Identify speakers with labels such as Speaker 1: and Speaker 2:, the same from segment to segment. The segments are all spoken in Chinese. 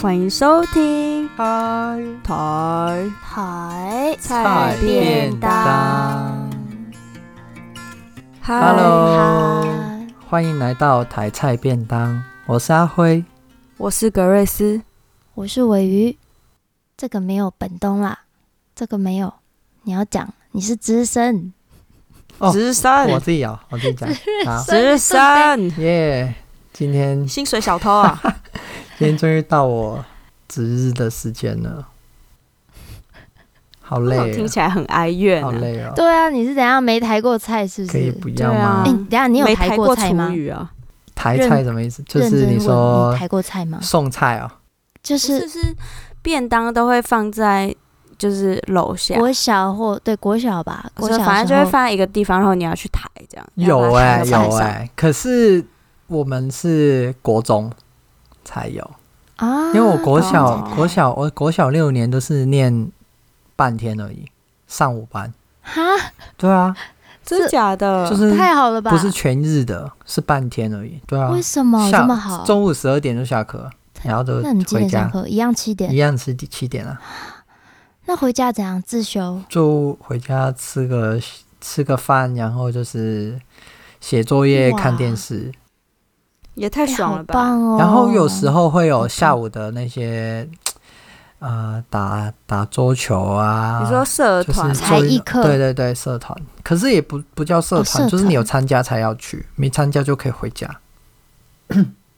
Speaker 1: 欢迎收听
Speaker 2: 嗨，
Speaker 1: 台
Speaker 3: 台
Speaker 1: 菜便
Speaker 2: 当。
Speaker 1: 嗨
Speaker 2: Hello
Speaker 3: 嗨
Speaker 2: 欢迎来到台菜便当，我是阿辉。
Speaker 1: 我是格瑞斯。
Speaker 3: 我是尾鱼，这个没有本东啦，这个没有，你要讲你是资深，
Speaker 2: 哦
Speaker 1: 直
Speaker 2: 我
Speaker 1: 三，
Speaker 2: 自己咬，我自己讲。好，
Speaker 1: 直三，
Speaker 2: 耶、今天
Speaker 1: 薪水小偷啊！
Speaker 2: 今天终于到我值日的时间了，好累、啊
Speaker 1: 听起来很哀怨
Speaker 2: 好
Speaker 1: 啊。
Speaker 2: 累哦。
Speaker 3: 对啊，你是怎样没抬过菜是不
Speaker 2: 可以
Speaker 3: 是？
Speaker 2: 不
Speaker 1: 对
Speaker 2: 要吗？
Speaker 1: 啊
Speaker 3: 哎、，等一下你有
Speaker 1: 没
Speaker 3: 抬
Speaker 1: 过
Speaker 3: 菜吗
Speaker 1: 厨？余啊？
Speaker 2: 台
Speaker 3: 认
Speaker 2: 菜什么意思？就
Speaker 3: 认
Speaker 2: 是
Speaker 3: 真问，
Speaker 2: 说
Speaker 3: 抬过菜吗？
Speaker 2: 送菜哦。
Speaker 3: 就
Speaker 1: 不是
Speaker 3: 是
Speaker 1: 是便当都会放在就是楼下，
Speaker 3: 国小或对国小吧，国
Speaker 1: 所
Speaker 3: 小
Speaker 1: 以
Speaker 3: 的
Speaker 1: 反正就
Speaker 3: 时
Speaker 1: 会
Speaker 3: 候
Speaker 1: 放在一个地方，然后你要去抬这样。
Speaker 2: 有哎、
Speaker 1: 哎、
Speaker 2: 有哎、可是我们是国中才有，
Speaker 3: 啊，
Speaker 2: 因为我国小、
Speaker 1: 哦
Speaker 2: 国小我国小六年都是念半天而已，上午班。
Speaker 3: 哈
Speaker 2: 对啊，
Speaker 1: 真的假的？
Speaker 2: 就是
Speaker 3: 呃太好了吧？
Speaker 2: 嗯不是全日的，是半天而已。对啊，
Speaker 3: 为什么
Speaker 2: 下
Speaker 3: 这么好？
Speaker 2: 中午十二点就下课，然后就
Speaker 3: 那你几
Speaker 2: 回
Speaker 3: 点上
Speaker 2: 家，
Speaker 3: 课？一样七点
Speaker 2: 一。样吃七点啊，
Speaker 3: 那回家怎样自修？
Speaker 2: 就回家吃个吃个饭，然后就是写作业、
Speaker 3: 哇
Speaker 2: 看电视。
Speaker 1: 也太
Speaker 3: 哎
Speaker 1: 爽
Speaker 3: 好
Speaker 1: 了吧！
Speaker 3: 棒哦！
Speaker 2: 然后有时候会有
Speaker 3: 好
Speaker 2: 下午的那些，呃，打打桌球啊，
Speaker 1: 你说社团
Speaker 2: 就是
Speaker 3: 才
Speaker 2: 做
Speaker 3: 艺课
Speaker 2: 对对对，社团，可是也不不叫社
Speaker 3: 哦
Speaker 2: 团，
Speaker 3: 社
Speaker 2: 就是你
Speaker 3: 团
Speaker 2: 有参加才要去，没参加就可以回家。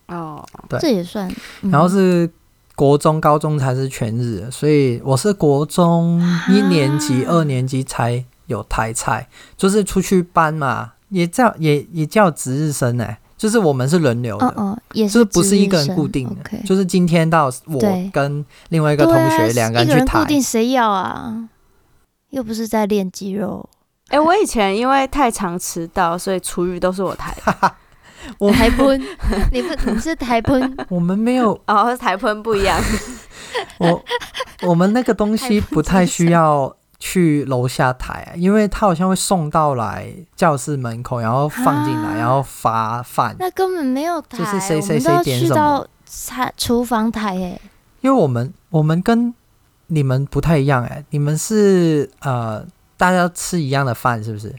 Speaker 1: 哦，
Speaker 2: 对
Speaker 3: 这也算，嗯
Speaker 2: 然后是国中、高中才是全日的，所以我是国中一年级、
Speaker 3: 啊
Speaker 2: 二年级才有台菜，就是出去班嘛，也叫也也叫值日生哎、就是我们是轮流的。
Speaker 3: 哦哦，也
Speaker 2: 就是是不是一个
Speaker 3: 值
Speaker 2: 人
Speaker 3: 日
Speaker 2: 固
Speaker 3: 生
Speaker 2: 定的
Speaker 3: OK
Speaker 2: 就是今天到我
Speaker 3: 对
Speaker 2: 跟另外一个同
Speaker 3: 对
Speaker 2: 学
Speaker 3: 啊
Speaker 2: 两个人
Speaker 3: 一
Speaker 2: 去
Speaker 3: 固
Speaker 2: 抬，
Speaker 3: 定谁要啊？又不是在练肌肉，
Speaker 1: 哎、我以前因为太常迟到，所以厨余都是我抬。
Speaker 2: 我
Speaker 3: 台喷， 你不你是 台喷，
Speaker 2: 我们没有
Speaker 1: 哦，台喷不一样，
Speaker 2: 我 我们那个东西不太需要去楼下抬，啊因为它好像会送到来教室门口，然后放进来，
Speaker 3: 啊
Speaker 2: 然后发饭。
Speaker 3: 那根本没有台，
Speaker 2: 就是谁谁谁
Speaker 3: 我们都
Speaker 2: 点什
Speaker 3: 要去
Speaker 2: 么
Speaker 3: 到菜厨房欸台诶、
Speaker 2: 因为我们我们跟你们不太一样哎、你们是呃大家吃一样的饭是不是？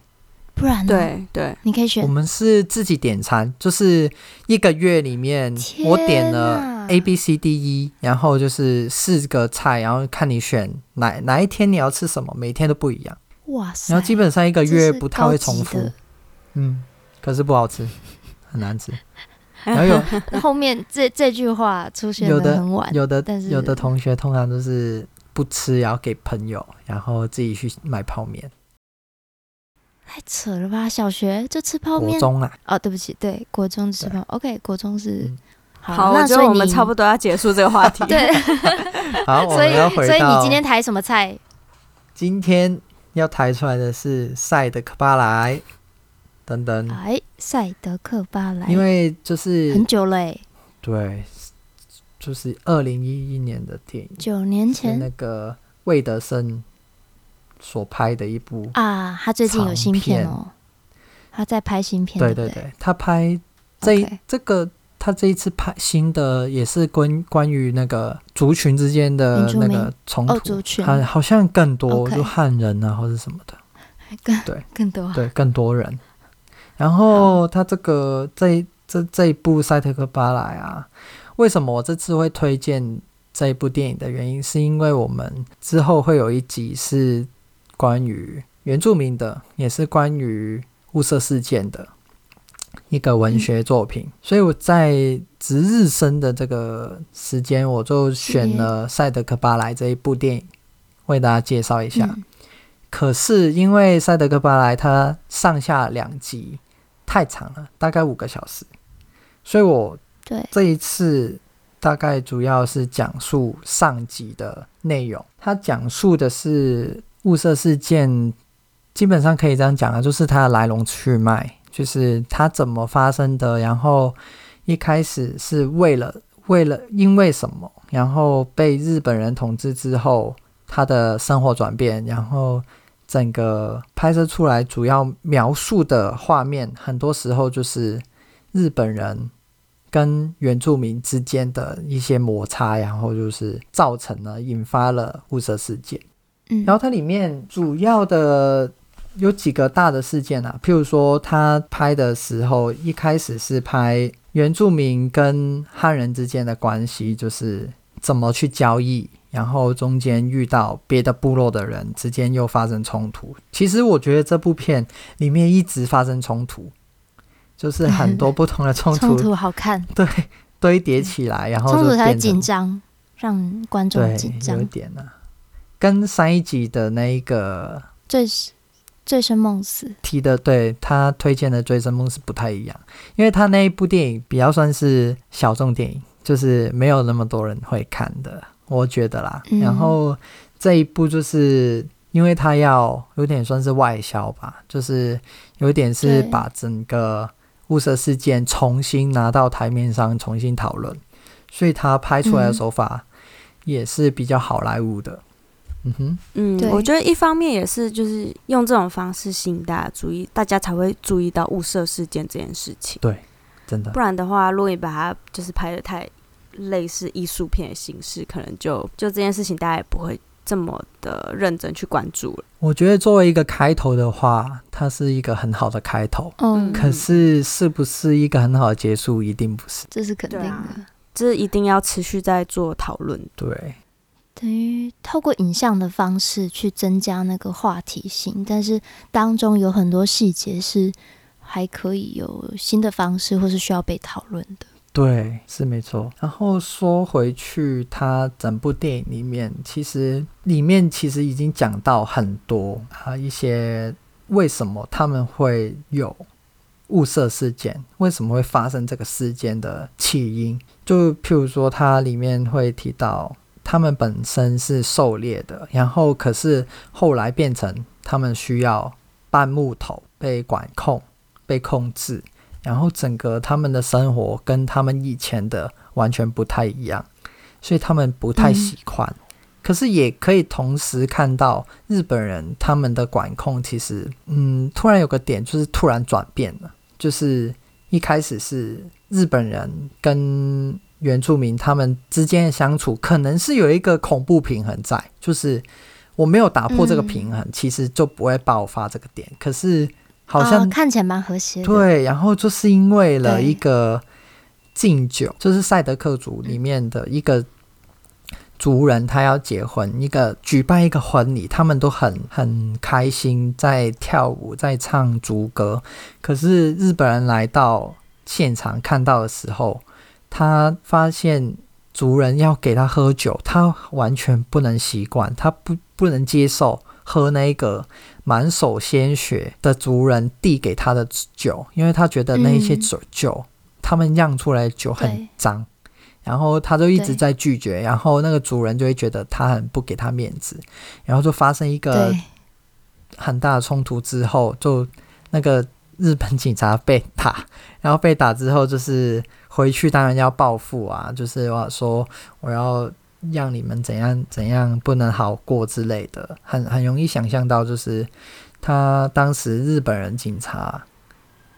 Speaker 3: 不然呢，
Speaker 1: 对对，
Speaker 3: 你可以
Speaker 2: 我
Speaker 3: 选
Speaker 2: 们是自己点餐，就是一个月里面
Speaker 3: 天啊
Speaker 2: 我点了
Speaker 3: 哪
Speaker 2: A B C D E，然后就是四个菜，然后看你选哪哪一天你要吃什么，每天都不一样。
Speaker 3: 哇塞，
Speaker 2: 然后基本上一个
Speaker 3: 这
Speaker 2: 月
Speaker 3: 是
Speaker 2: 不太会
Speaker 3: 高级
Speaker 2: 重复
Speaker 3: 的，
Speaker 2: 嗯，可是不好吃， 很难吃。然后
Speaker 1: 哎
Speaker 2: 有
Speaker 3: 后面这这句话出现
Speaker 2: 有
Speaker 3: 的
Speaker 2: 的
Speaker 3: 很晚，
Speaker 2: 有的
Speaker 3: 但是
Speaker 2: 有的同学通常都是不吃，然后给朋友，然后自己去买泡面。
Speaker 3: 太扯了吧？小学就吃泡
Speaker 2: 国
Speaker 3: 面
Speaker 2: 中啊，
Speaker 3: 哦，对不起，对，国中吃泡，OK，国中是
Speaker 2: 嗯
Speaker 1: 好，我
Speaker 3: 那
Speaker 1: 觉
Speaker 3: 所以
Speaker 1: 得我们
Speaker 3: 你
Speaker 1: 差不多要结束这个话 题。
Speaker 3: 对，
Speaker 2: 好，我
Speaker 3: 所
Speaker 2: 们
Speaker 3: 以
Speaker 2: 要回
Speaker 3: 所以
Speaker 2: 到
Speaker 3: 你今天抬什么菜？
Speaker 2: 今天要抬出来的是赛德克巴莱等等，
Speaker 3: 哎，赛德克巴莱，
Speaker 2: 嗯因为就是
Speaker 3: 很久了哎，
Speaker 2: 对，就是二零一一年的电影，
Speaker 3: 九年
Speaker 2: 是
Speaker 3: 前
Speaker 2: 那个魏德森所拍的一部
Speaker 3: 啊，他最近有新片
Speaker 2: 长
Speaker 3: 哦，他在拍新片，
Speaker 2: 对
Speaker 3: 不
Speaker 2: 对
Speaker 3: 对
Speaker 2: 对，他拍这一
Speaker 3: OK
Speaker 2: 这个他这一次拍新的也是关关于那个族群之间的
Speaker 3: 原住
Speaker 2: 那
Speaker 3: 民
Speaker 2: 个冲
Speaker 3: 哦，
Speaker 2: 突，
Speaker 3: 族群
Speaker 2: 好好像更多
Speaker 3: OK
Speaker 2: 就汉人啊或者什么的，
Speaker 3: 更
Speaker 2: 对
Speaker 3: 更多啊，
Speaker 2: 对，更多人。然后他这个这一这这一部《赛特克巴莱》啊，为什么我这次会推荐这一部电影的原因，是因为我们之后会有一集是关于原住民的，也是关于雾社事件的一个文学作品，所以我在值日生的这个时间，我就选了《赛德克巴莱》这一部电影为大家介绍一下。
Speaker 3: 嗯
Speaker 2: 可是因为《赛德克巴莱》它上下两集太长了，大概五个小时，所以我
Speaker 3: 对，
Speaker 2: 这一次大概主要是讲述上集的内容。它讲述的是雾社事件，基本上可以这样讲啊，就是它的来龙去脉，就是它怎么发生的，然后一开始是为了为了因为什么，然后被日本人统治之后，他的生活转变，然后整个拍摄出来主要描述的画面，很多时候就是日本人跟原住民之间的一些摩擦，然后就是造成了引发了雾社事件。
Speaker 3: 嗯，
Speaker 2: 然后它里面主要的有几个大的事件啊，譬如说他拍的时候一开始是拍原住民跟汉人之间的关系，就是怎么去交易，然后中间遇到别的部落的人之间又发生冲突。其实我觉得这部片里面一直发生冲突，就是很多不同的冲突
Speaker 3: 冲突好看，
Speaker 2: 对堆叠起来，然后
Speaker 3: 冲突
Speaker 2: 就
Speaker 3: 才会
Speaker 2: 变成
Speaker 3: 紧张，让观众
Speaker 2: 对
Speaker 3: 紧
Speaker 2: 有一
Speaker 3: 张。
Speaker 2: 点啊，跟上一集的那一个
Speaker 3: 醉醉生梦死，
Speaker 2: 提的对他推荐的《追声梦》是不太一样，因为他那一部电影比较算是小众电影，就是没有那么多人会看的，我觉得啦。
Speaker 3: 嗯
Speaker 2: 然后这一部就是因为他要有点算是外销吧，就是有点是
Speaker 3: 对
Speaker 2: 把整个雾社事件重新拿到台面上重新讨论，所以他拍出来的
Speaker 3: 嗯
Speaker 2: 手法也是比较好莱坞的。嗯哼，
Speaker 1: 嗯
Speaker 3: 对，
Speaker 1: 我觉得一方面也是就是用这种方式吸引大家注意，大家才会注意到雾社事件这件事情。
Speaker 2: 真的
Speaker 1: 不然的话，如果你把它就是拍的太类似艺术片的形式，可能就就这件事情大家也不会这么的认真去关注了。
Speaker 2: 我觉得作为一个开头的话，它是一个很好的开头。
Speaker 3: 嗯，
Speaker 1: 嗯
Speaker 2: 可是是不是一个很好的结束，一定不是。
Speaker 3: 这是肯定
Speaker 1: 对
Speaker 3: 的
Speaker 1: 啊。这一定要持续在做讨论。
Speaker 2: 对，
Speaker 3: 等于透过影像的方式去增加那个话题性，但是当中有很多细节是还可以有新的方式，或是需要被讨论的。
Speaker 2: 对，是没错。然后说回去，它整部电影里面，其实里面其实已经讲到很多啊，一些为什么他们会有物色事件，为什么会发生这个事件的起因。就譬如说，它里面会提到他们本身是狩猎的，然后可是后来变成他们需要搬木头，被管控、被控制，然后整个他们的生活跟他们以前的完全不太一样，所以他们不太喜欢。可是也可以同时看到日本人他们的管控，其实嗯，突然有个点就是突然转变了，就是一开始是日本人跟原住民他们之间的相处，可能是有一个恐怖平衡在，就是我没有打破这个
Speaker 3: 嗯
Speaker 2: 平衡，其实就不会爆发这个点。可是好像、
Speaker 3: 哦看起来蛮和谐的。
Speaker 2: 对，啊然后就是因为了
Speaker 3: 对
Speaker 2: 一个敬酒，就是赛德克族里面的一个族人，他要结婚，一个举办一个婚礼，他们都很很开心，在跳舞，在唱族歌。可是日本人来到现场看到的时候，他发现族人要给他喝酒，他完全不能习惯，他不不能接受喝那个满手鲜血的族人递给他的酒，因为他觉得那一些
Speaker 3: 嗯
Speaker 2: 酒、酒他们酿出来的酒很
Speaker 3: 对
Speaker 2: 脏，然后他就一直
Speaker 3: 对
Speaker 2: 在拒绝，然后那个主人就会觉得他很不给他面子，然后就发生一个
Speaker 3: 对
Speaker 2: 很大的冲突之后，就那个日本警察被打， 然后被打之后就是回去当然要报复啊，就是我说我要让你们怎样怎样不能好过之类的，很很容易想象到就是他当时日本人警察，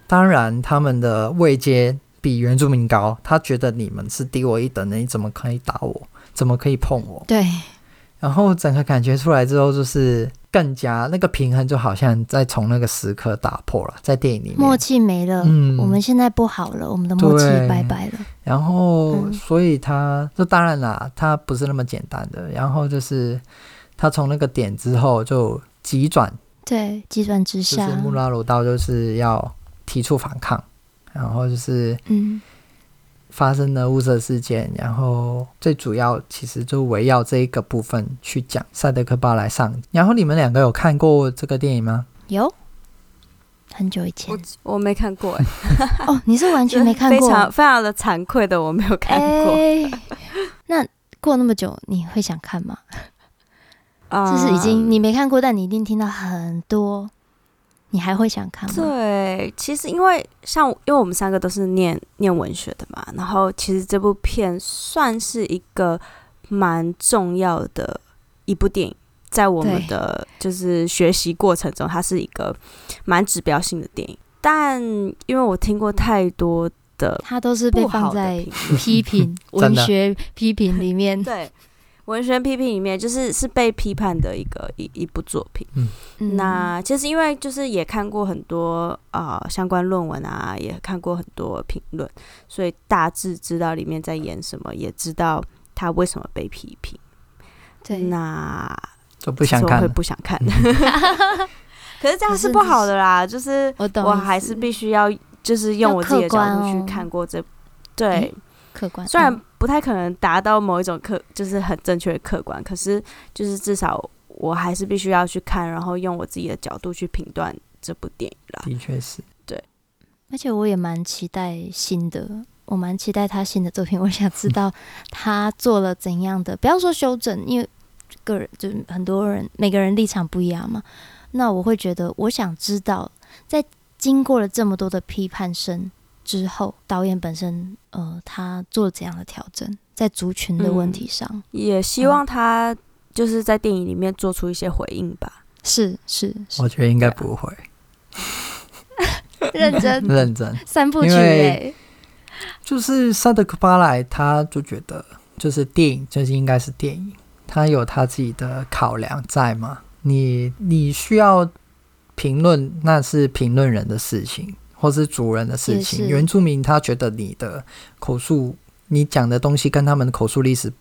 Speaker 2: 当然他们的位阶比原住民高，他觉得你们是低我一等的，你怎么可以打我？怎么可以碰我？
Speaker 3: 对
Speaker 2: 然后整个感觉出来之后，就是更加那个平衡，就好像在从那个时刻打破了，在电影里
Speaker 3: 默
Speaker 2: 面。
Speaker 3: 契没了，
Speaker 2: 嗯
Speaker 3: 我们现在不好了，我们的默契
Speaker 2: 对
Speaker 3: 拜拜了。
Speaker 2: 然后，
Speaker 3: 嗯
Speaker 2: 所以他这当然啦，他不是那么简单的。然后就是他从那个点之后就急转，
Speaker 3: 对，计算
Speaker 2: 就
Speaker 3: 之
Speaker 2: 是
Speaker 3: 下，
Speaker 2: 穆拉鲁道就是要提出反抗，然后就是
Speaker 3: 嗯，
Speaker 2: 发生了雾社事件，然后最主要其实就围绕这一个部分去讲赛德克巴莱上。然后你们两个有看过这个电影吗？
Speaker 3: 有很久以前
Speaker 1: 我没看过、 欸，
Speaker 3: 哦，你是完全没看
Speaker 1: 非
Speaker 3: 过。
Speaker 1: 常非常的惭愧的，我没有看过。
Speaker 3: 哎那过那么久，你会想看吗？
Speaker 1: 啊
Speaker 3: 就是已经你没看过，但你一定听到很多，你还会想看吗？
Speaker 1: 对，其实因为像因为我们三个都是念念文学的嘛，然后其实这部片算是一个蛮重要的一部电影，在我们
Speaker 3: 对
Speaker 1: 的就是学习过程中，它是一个蛮指标性的电影。但因为我听过太多的
Speaker 3: 他都是被
Speaker 1: 不好的
Speaker 3: 放在
Speaker 1: 评
Speaker 3: 批评
Speaker 2: 真
Speaker 3: 文
Speaker 2: 的
Speaker 3: 学批评里面。
Speaker 1: 对文学批评里面，就是是被批判的一个一一部作品。
Speaker 3: 嗯
Speaker 1: 那其实因为就是也看过很多呃相关论文啊，也看过很多评论，所以大致知道里面在演什么，也知道他为什么被批评。
Speaker 3: 对，
Speaker 1: 那
Speaker 2: 就不想看
Speaker 1: 会
Speaker 2: 了。
Speaker 1: 不想看。嗯 可是这样是不好的啦，就是
Speaker 3: 我懂意思，
Speaker 1: 我还是必须要就是用我自己的角度
Speaker 3: 要客观
Speaker 1: 去
Speaker 3: 哦
Speaker 1: 看过这，对
Speaker 3: 诶，客观，
Speaker 1: 虽然
Speaker 3: 嗯
Speaker 1: 不太可能达到某一种客，就是很正确的客观，可是就是至少我还是必须要去看，然后用我自己的角度去评断这部电影啦。
Speaker 2: 的确是，
Speaker 3: 而且我也蛮期待新的，我蛮期待他新的作品。我想知道他做了怎样的，不要说修正，因为个人就是很多人每个人立场不一样嘛。那我会觉得，我想知道，在经过了这么多的批判声之后，导演本身呃他做了怎样的调整，在族群的
Speaker 2: 嗯
Speaker 3: 问题上，
Speaker 1: 也希望他就是在电影里面做出一些回应吧。
Speaker 3: 是是是，
Speaker 2: 我觉得应
Speaker 3: 啊
Speaker 2: 该不会
Speaker 3: 认 真
Speaker 2: 认真。
Speaker 3: 三部曲
Speaker 2: 因为
Speaker 3: 欸
Speaker 2: 就是萨德克巴莱，他就觉得就是电影就是应该是电影，他有他自己的考量在嘛。你你需要评论，那是评论人的事情，或是主人的事
Speaker 3: 也
Speaker 2: 情。
Speaker 3: 是
Speaker 2: 原住民他觉得你的口述，你讲的东西跟他们的口述历史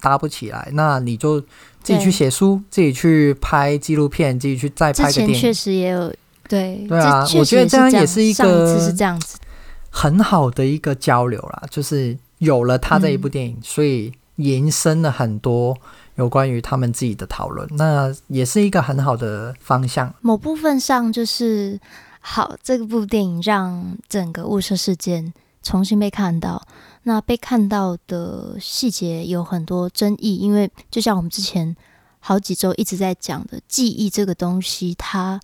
Speaker 2: 搭不起来，那你就自己
Speaker 3: 对
Speaker 2: 去写书，自己去拍纪录片，自己去再
Speaker 3: 之
Speaker 2: 拍个
Speaker 3: 前
Speaker 2: 电
Speaker 3: 确
Speaker 2: 影，
Speaker 3: 实也有对，
Speaker 2: 对啊
Speaker 3: 这确
Speaker 2: 我
Speaker 3: 实
Speaker 2: 觉得
Speaker 3: 也
Speaker 2: 这样也是一
Speaker 3: 上一次
Speaker 2: 个
Speaker 3: 是这样子，
Speaker 2: 很好的一个交流啦，就是有了他这一部
Speaker 3: 嗯
Speaker 2: 电影，所以延伸了很多有关于他们自己的讨论，那也是一个很好的方向。
Speaker 3: 某部分上就是好，这部电影让整个雾社事件重新被看到。那被看到的细节有很多争议，因为就像我们之前好几周一直在讲的，记忆这个东西它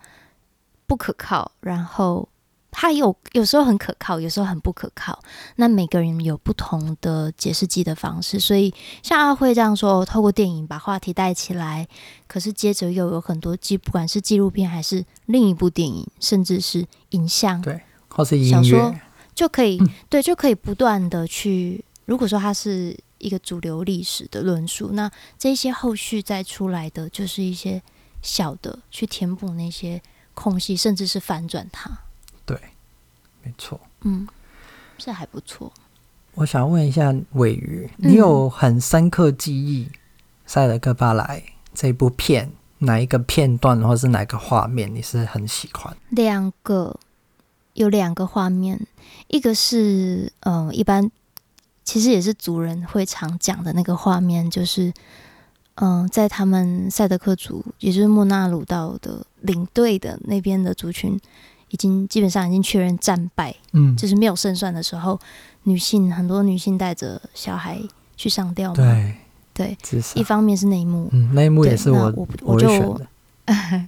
Speaker 3: 不可靠，然后它有有时候很可靠，有时候很不可靠。那每个人有不同的解释记忆的方式，所以像阿慧这样说，哦透过电影把话题带起来，可是接着又有很多纪，不管是纪录片还是另一部电影，甚至是影像，
Speaker 2: 对或是音
Speaker 3: 小说
Speaker 2: 乐，嗯
Speaker 3: 就可以、对，就可以不断的去。如果说它是一个主流历史的论述，那这些后续再出来的就是一些小的去填补那些空隙，甚至是反转它。
Speaker 2: 没错。
Speaker 3: 嗯，这还不错。
Speaker 2: 我想问一下尾鱼，
Speaker 3: 嗯
Speaker 2: 你有很深刻记忆《塞德克巴莱》这部片哪一个片段或是哪个画面你是很喜欢？
Speaker 3: 两个有两个画面，一个是呃，一般其实也是族人会常讲的那个画面，就是嗯、呃在他们赛德克族，也就是莫纳鲁道的领队的那边的族群，已经基本上已经确认战败，
Speaker 2: 嗯，
Speaker 3: 就是没有胜算的时候，女性很多女性带着小孩去上吊嘛，
Speaker 2: 对
Speaker 3: 对，
Speaker 2: 至少
Speaker 3: 一方面是那一幕，
Speaker 2: 嗯那一幕
Speaker 3: 对
Speaker 2: 也是
Speaker 3: 那
Speaker 2: 我
Speaker 3: 我
Speaker 2: 我
Speaker 3: 我
Speaker 2: 会
Speaker 3: 就
Speaker 2: 选的，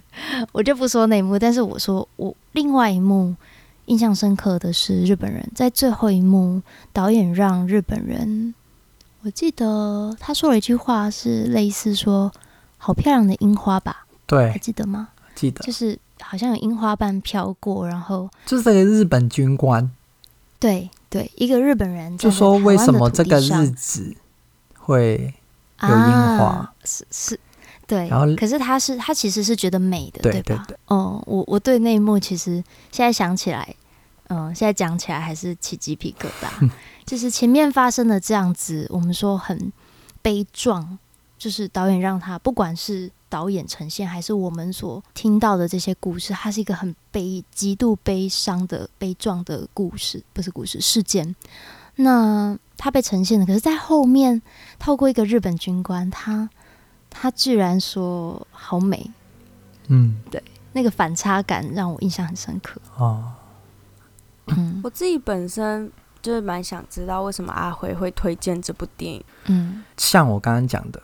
Speaker 3: 我就不说那一幕，但是我说我另外一幕印象深刻的是日本人在最后一幕，导演让日本人，我记得他说了一句话是类似说“好漂亮的樱花吧”，还
Speaker 2: 对，
Speaker 3: 记得吗？
Speaker 2: 记得
Speaker 3: 就是好像有樱花瓣飘过，然后
Speaker 2: 就是这个日本军官。
Speaker 3: 对对，一个日本人
Speaker 2: 就
Speaker 3: 站在
Speaker 2: 说
Speaker 3: 台
Speaker 2: 为
Speaker 3: 湾
Speaker 2: 什
Speaker 3: 的
Speaker 2: 么
Speaker 3: 土
Speaker 2: 这
Speaker 3: 地
Speaker 2: 个
Speaker 3: 上
Speaker 2: 日子会，有樱
Speaker 3: 啊
Speaker 2: 花、
Speaker 3: 是是，对。
Speaker 2: 然后
Speaker 3: 可是他是他其实是觉得美的，
Speaker 2: 对
Speaker 3: 吧？
Speaker 2: 对
Speaker 3: 哦，我我对那一幕其实现在想起来，嗯，现在讲起来还是起鸡皮疙 瘩。就是前面发生的这样子，我们说很悲壮，就是导演让他不管是导演呈现，还是我们所听到的这些故事，它是一个很悲、极度悲伤的悲壮的故事，不是故事事件。那它被呈现的，可是，在后面透过一个日本军官，他他居然说好美，
Speaker 2: 嗯，
Speaker 3: 那个反差感让我印象很深刻。
Speaker 2: 哦，
Speaker 3: 嗯
Speaker 1: 我自己本身就是蛮想知道为什么阿辉会推荐这部电影。
Speaker 3: 嗯，
Speaker 2: 像我刚刚讲的，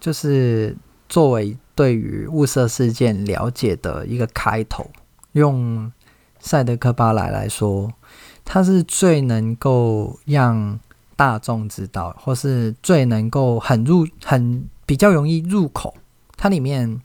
Speaker 2: 就是作为对于雾社事件了解的一个开头，用赛德克巴莱来说，它是最能够让大众知道，或是最能够很入很比较容易入口。它里面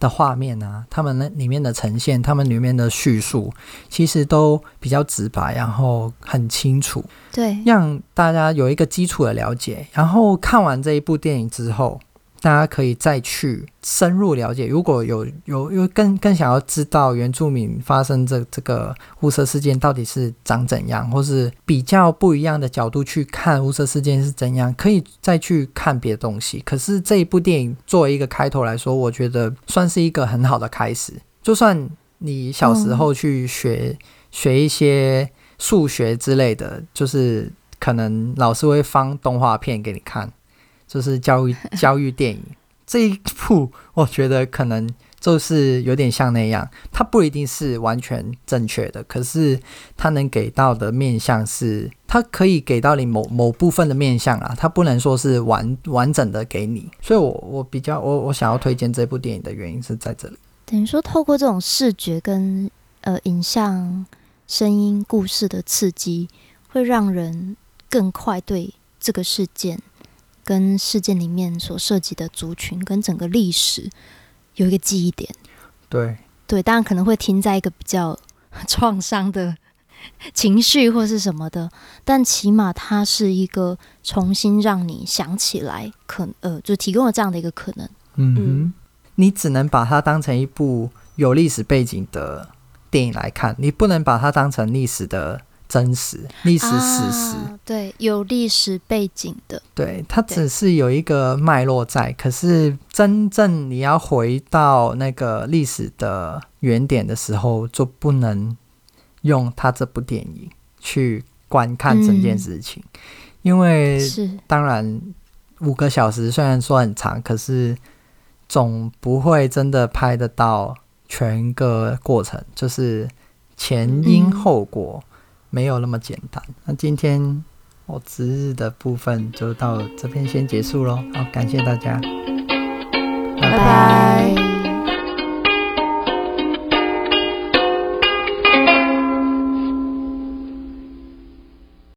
Speaker 2: 的画面啊，他们那里面的呈现，他们里面的叙述，其实都比较直白，然后很清楚，
Speaker 3: 对，
Speaker 2: 让大家有一个基础的了解。然后看完这一部电影之后，大家可以再去深入了解。如果有有有更更想要知道原住民发生这这个雾社事件到底是长怎样，或是比较不一样的角度去看雾社事件是怎样，可以再去看别的东西。可是这一部电影作为一个开头来说，我觉得算是一个很好的开始。就算你小时候去学、学一些数学之类的，就是可能老师会放动画片给你看，就是教育教育电影这一部，我觉得可能就是有点像那样，它不一定是完全正确的，可是它能给到的面向是，它可以给到你某某部分的面向啊，它不能说是完完整的给你，所以我我比较我我想要推荐这部电影的原因是在这里，
Speaker 3: 等于说透过这种视觉跟呃影像、声音、故事的刺激，会让人更快对这个事件跟事件里面所涉及的族群跟整个历史有一个记忆点。
Speaker 2: 对。
Speaker 3: 对，当然可能会停在一个比较 创伤的 情绪或是什么的，但起码它是一个重新让你想起来可呃，就提供了这样的一个可能。
Speaker 2: 嗯哼，你只能把它当成一部有历史背景的电影来看，你不能把它当成历史的真实、历史事实。
Speaker 3: 啊，对，有历史背景的，
Speaker 2: 对，它
Speaker 3: 对
Speaker 2: 只是有一个脉络在，可是真正你要回到那个历史的原点的时候，就不能用它这部电影去观看整件
Speaker 3: 嗯
Speaker 2: 事情，因为
Speaker 3: 是
Speaker 2: 当然，五个小时虽然说很长，可是总不会真的拍得到全个过程，就是前因后果没有那么简单。那今天我值日的部分就到这边先结束喽，好，感谢大家，拜
Speaker 1: 拜拜